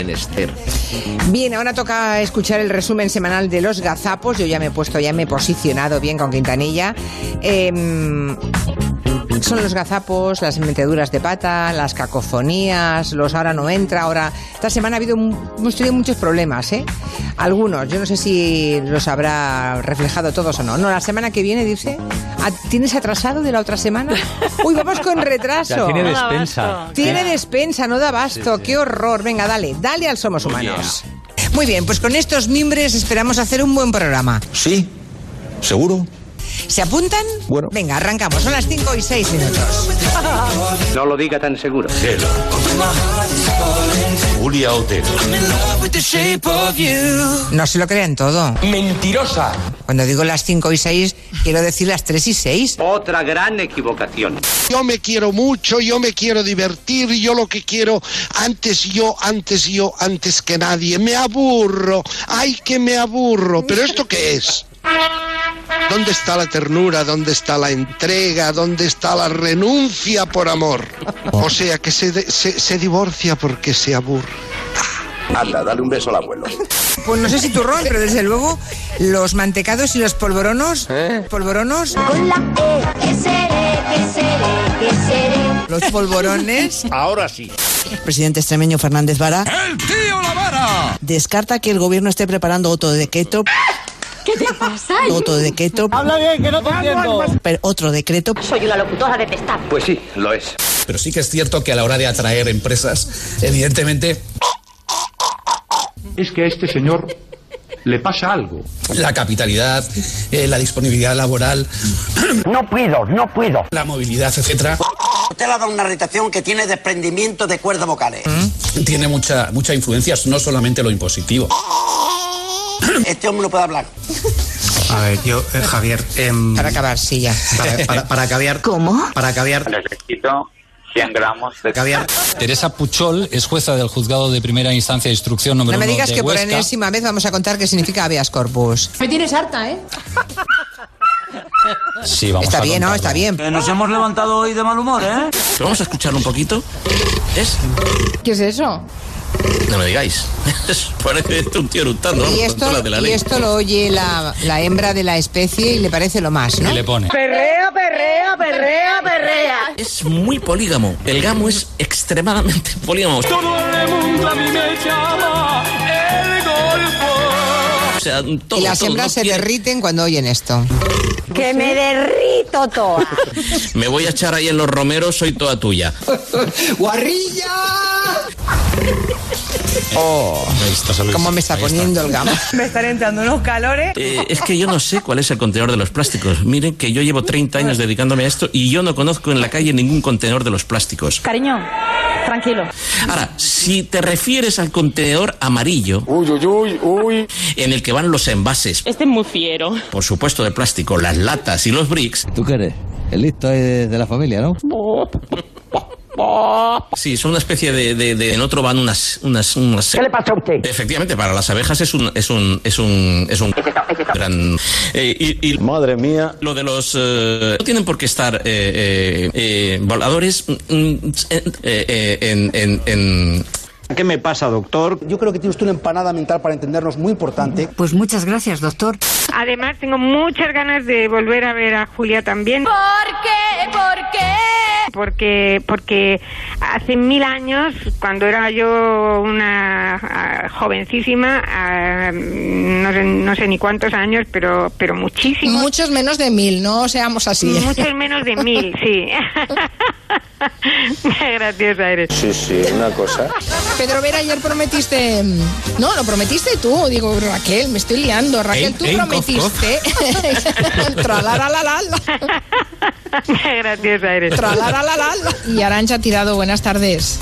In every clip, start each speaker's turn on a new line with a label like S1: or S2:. S1: menester.
S2: Bien, ahora toca escuchar el resumen semanal de los gazapos. Yo ya me he puesto, ya me he posicionado bien con Quintanilla. Eh, son los gazapos, las meteduras de pata, las cacofonías, los ahora no entra, ahora... Esta semana ha habido, hemos tenido muchos problemas, ¿eh? Algunos, yo no sé si los habrá reflejado todos o no. No, la semana que viene dice, "Ah, ¿tienes atrasado de la otra semana? Uy, vamos con
S3: Ya
S2: retraso.
S3: tiene
S4: No da
S3: despensa.
S4: abasto.
S2: Tiene despensa, no da abasto,
S3: Sí, sí.
S2: qué horror. Venga, dale, dale al Somos Humanos. Muy bien, pues con estos mimbres esperamos hacer un buen programa.
S5: Sí, seguro.
S2: ¿Se apuntan?
S5: Bueno.
S2: Venga, arrancamos. Son las 5 y 6 minutos.
S6: No lo diga tan seguro.
S5: Julia Otero.
S2: No se lo crean todo.
S7: Mentirosa.
S2: Cuando digo las 5 y 6, quiero decir las 3 y 6.
S6: Otra gran equivocación.
S8: Yo me quiero mucho, yo me quiero divertir, yo lo que quiero antes yo, antes yo, antes que nadie. Me aburro, ay que me aburro. ¿Pero esto qué es? ¿Dónde está la ternura? ¿Dónde está la entrega? ¿Dónde está la renuncia por amor? O sea, que se, de- se, se divorcia porque se aburre.
S5: Anda, dale un beso al abuelo.
S2: Pues no sé si turrón, pero desde luego los mantecados y los polvoronos, polvoronos,
S9: Con la E, que seré, que seré, que seré.
S2: los polvorones.
S1: Ahora sí.
S10: El presidente extremeño Fernández Vara. ¡El tío Lavara! Descarta que el gobierno esté preparando otro decreto.
S4: ¿Qué te pasa?
S10: Otro decreto. Habla bien, que no te entiendo. Otro decreto.
S9: Soy una locutora detestable.
S6: Pues sí, lo es.
S7: Pero sí que es cierto que a la hora de atraer empresas, evidentemente
S3: Es que a este señor le pasa algo.
S7: la capitalidad, eh, la disponibilidad laboral,
S6: No puedo, no puedo.
S7: la movilidad, etcétera,
S8: Usted le ha dado una irritación que tiene desprendimiento de cuerdas vocales.
S7: tiene mucha mucha influencia, no solamente lo impositivo.
S8: Este hombre no puede hablar.
S3: A ver, yo, eh, Javier, em,
S2: Para acabar, sí, ya.
S3: para, para- para caviar. ¿Cómo? Para caviar.
S6: Necesito 100 gramos de
S3: Caviar.
S11: Teresa Puchol es jueza del juzgado de primera instancia de instrucción número
S2: No me
S11: uno
S2: digas
S11: de
S2: que por
S11: Huesca.
S2: enésima vez vamos a contar qué significa habeas corpus.
S4: Me tienes harta, ¿eh?
S11: Sí, vamos
S2: Está
S11: a
S2: bien, ¿no?
S11: contarlo.
S2: Está bien.
S7: Nos hemos levantado hoy de mal humor, ¿eh? Vamos a escucharlo un poquito. ¿Es?
S4: ¿Qué es eso?
S7: No me digáis. Parece esto un tío eructando. vamos,
S2: Y
S7: con todas
S2: esto,
S7: las de la
S2: y
S7: ley.
S2: esto lo oye la, la hembra de la especie y le parece lo más, ¿no?
S11: Y le pone.
S7: Es muy polígamo. El gamo es extremadamente polígamo. Todo el mundo a mí me llama el golfo. O sea, todo,
S2: Y las
S7: todo,
S2: hembras
S7: no
S2: se
S7: tiene-
S2: derriten cuando oyen esto.
S9: Que me derrito toda.
S7: Me voy a echar ahí en los romeros, soy toda tuya.
S11: Ahí está, Luis.
S2: ¿Cómo me está
S11: Ahí está.
S2: poniendo el gamo?
S7: Eh, es que yo no sé cuál es el contenedor de los plásticos. Miren que yo llevo 30 años dedicándome a esto y yo no conozco en la calle ningún contenedor de los plásticos.
S4: Cariño, tranquilo.
S7: Ahora, si te refieres al contenedor amarillo, en el que van los envases,
S4: Este es muy fiero.
S7: por supuesto de plástico, las latas y los bricks,
S3: ¿Tú qué eres? El listo de, la familia, ¿no?
S7: sí, son una especie de, de- de- en otro van unas, unas, unas-
S6: pasa a usted?
S7: Efectivamente, para las abejas es un, es un, es un, es un gran eh, y, y
S5: Madre mía.
S7: Lo de los... eh, no tienen por qué estar eh, eh, eh, voladores mm, mm, eh, eh, en... en- en-
S6: ¿Qué me pasa, doctor?
S8: Yo creo que tiene usted una empanada mental para entendernos muy importante.
S10: Pues muchas gracias, doctor.
S4: Además, tengo muchas ganas de volver a ver a Julia también.
S9: ¿Por qué? ¿Por qué?
S4: Porque, porque hace mil años, cuando era yo una ah, jovencísima, ah, no, sé, no sé ni cuántos años, pero, pero muchísimos.
S10: Muchos menos de mil, no seamos así.
S4: Muchos menos de mil, sí. Qué graciosa eres.
S5: Sí, sí, una cosa.
S10: Pedro Vera, ayer prometiste. mm, No, lo prometiste tú. Digo, Raquel, me estoy liando.
S11: Raquel, tú Ey, ey, cof, cof.
S4: Qué graciosa eres.
S10: Y Arancha ha tirado, buenas tardes.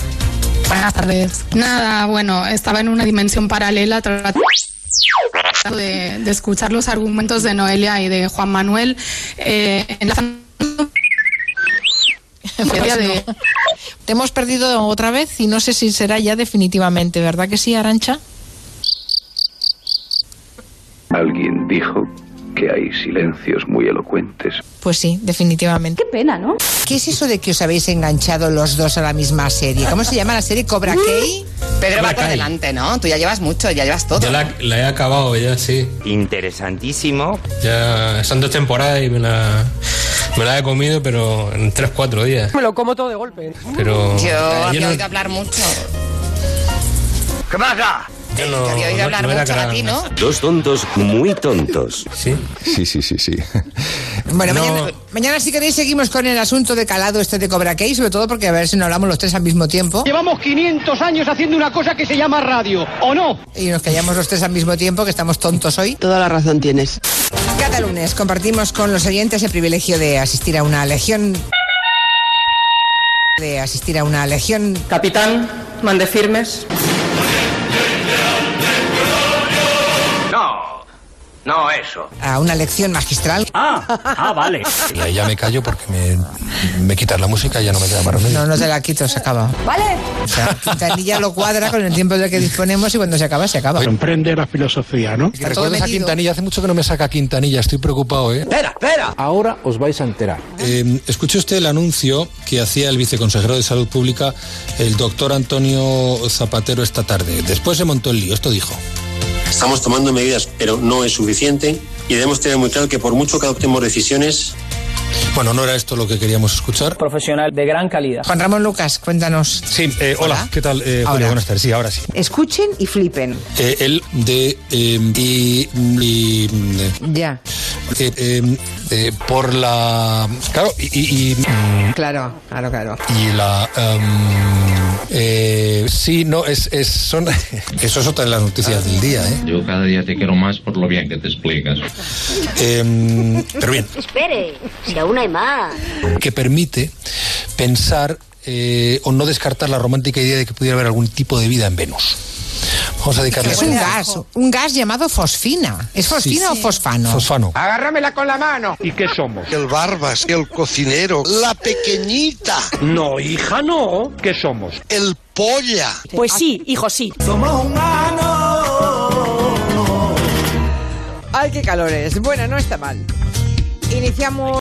S10: Buenas tardes. Nada, bueno, estaba en una dimensión paralela tratando de, de escuchar los argumentos de Noelia y de Juan Manuel. eh, enlazando- de- Te hemos perdido otra vez y no sé si será ya definitivamente, ¿verdad que sí, Arancha?
S6: Alguien dijo
S1: que hay silencios muy elocuentes.
S2: Pues sí, definitivamente. Qué pena, ¿no? ¿Qué es eso de que os habéis enganchado los dos a la misma serie? ¿Cómo se llama la serie Cobra Kai?
S12: Mm. Pedro va
S11: Cobra
S12: por
S11: Kai.
S12: delante, ¿no? Tú ya llevas mucho, ya llevas todo.
S11: Ya la, la he acabado, ya sí. Interesantísimo. Ya son dos temporadas y me la, me la he comido, pero en 3-4 días.
S12: Me lo como todo de golpe.
S11: Pero-
S12: Yo
S11: Ah, yo
S12: había
S11: no-
S12: oído hablar mucho.
S11: ¿Qué pasa? Yo no,
S12: Te había oído
S11: no-
S12: hablar
S11: no era
S12: mucho a
S11: cara-
S12: ti, ¿no?
S13: Dos tontos muy tontos.
S11: ¿Sí?
S13: Sí, sí, sí, sí.
S2: Bueno, mañana, mañana, si queréis seguimos con el asunto de calado este de Cobra Kai, sobre todo porque a ver si no hablamos los tres al mismo tiempo.
S14: Llevamos 500 años haciendo una cosa que se llama radio, ¿o no?
S2: Y nos callamos los tres al mismo tiempo, que estamos tontos hoy.
S14: Toda la razón tienes.
S2: Cada lunes compartimos con los oyentes el privilegio de asistir a una legión. De asistir a una legión. Capitán, mande firmes.
S6: No, no eso.
S2: A una lección magistral.
S6: Ah, ah, vale.
S11: Y ahí ya me callo porque me, me quitas la música y ya no me queda más remedio.
S2: No, no te la quito, se acaba.
S9: ¿Vale?
S2: O sea, Quintanilla lo cuadra con el tiempo del que disponemos y cuando se acaba, se acaba.
S11: Comprende la filosofía, ¿no?
S2: todo
S11: ¿Recuerdas a
S2: medido.
S11: Quintanilla? Hace mucho que no me saca Quintanilla, estoy preocupado, ¿eh? ¡Espera, espera! Ahora os vais a enterar. Escuché usted el anuncio que hacía el viceconsejero de Salud Pública, el doctor Antonio Zapatero, esta tarde. Después se montó el lío, esto dijo.
S15: Estamos tomando medidas, pero no es suficiente y debemos tener muy claro que por mucho que adoptemos decisiones...
S11: Bueno, no era esto lo que queríamos escuchar.
S14: Profesional de gran calidad.
S2: Juan Ramón Lucas, cuéntanos.
S11: Sí, eh, hola. ¿qué tal, eh,
S2: Ahora.
S11: Julia? Buenas tardes, sí, ahora sí.
S2: Escuchen y flipen.
S11: Eh, el de... eh, y- y- em,
S2: Ya.
S11: eh, eh, eh, por la... Claro, y- y- y
S2: Claro, claro, claro.
S11: y la em, eh, sí no es, es son eso es otra de las noticias del día ¿eh?
S16: Yo cada día te quiero más por lo bien que te explicas.
S11: Em, pero bien
S9: Espere, si aún hay más.
S11: que permite pensar eh, o no descartar la romántica idea de que pudiera haber algún tipo de vida en Venus vamos a dedicarle
S2: Es un gas, un gas llamado fosfina. ¿Es fosfina o fosfano?
S11: fosfano
S8: Agárramela con la mano. ¿Y qué somos? El barbas, el cocinero, la pequeñita. No, hija, no. ¿Qué somos? El polla.
S14: Pues sí, hijo, sí.
S8: Somos
S2: Ay, qué calores. Bueno, no está mal. Iniciamos.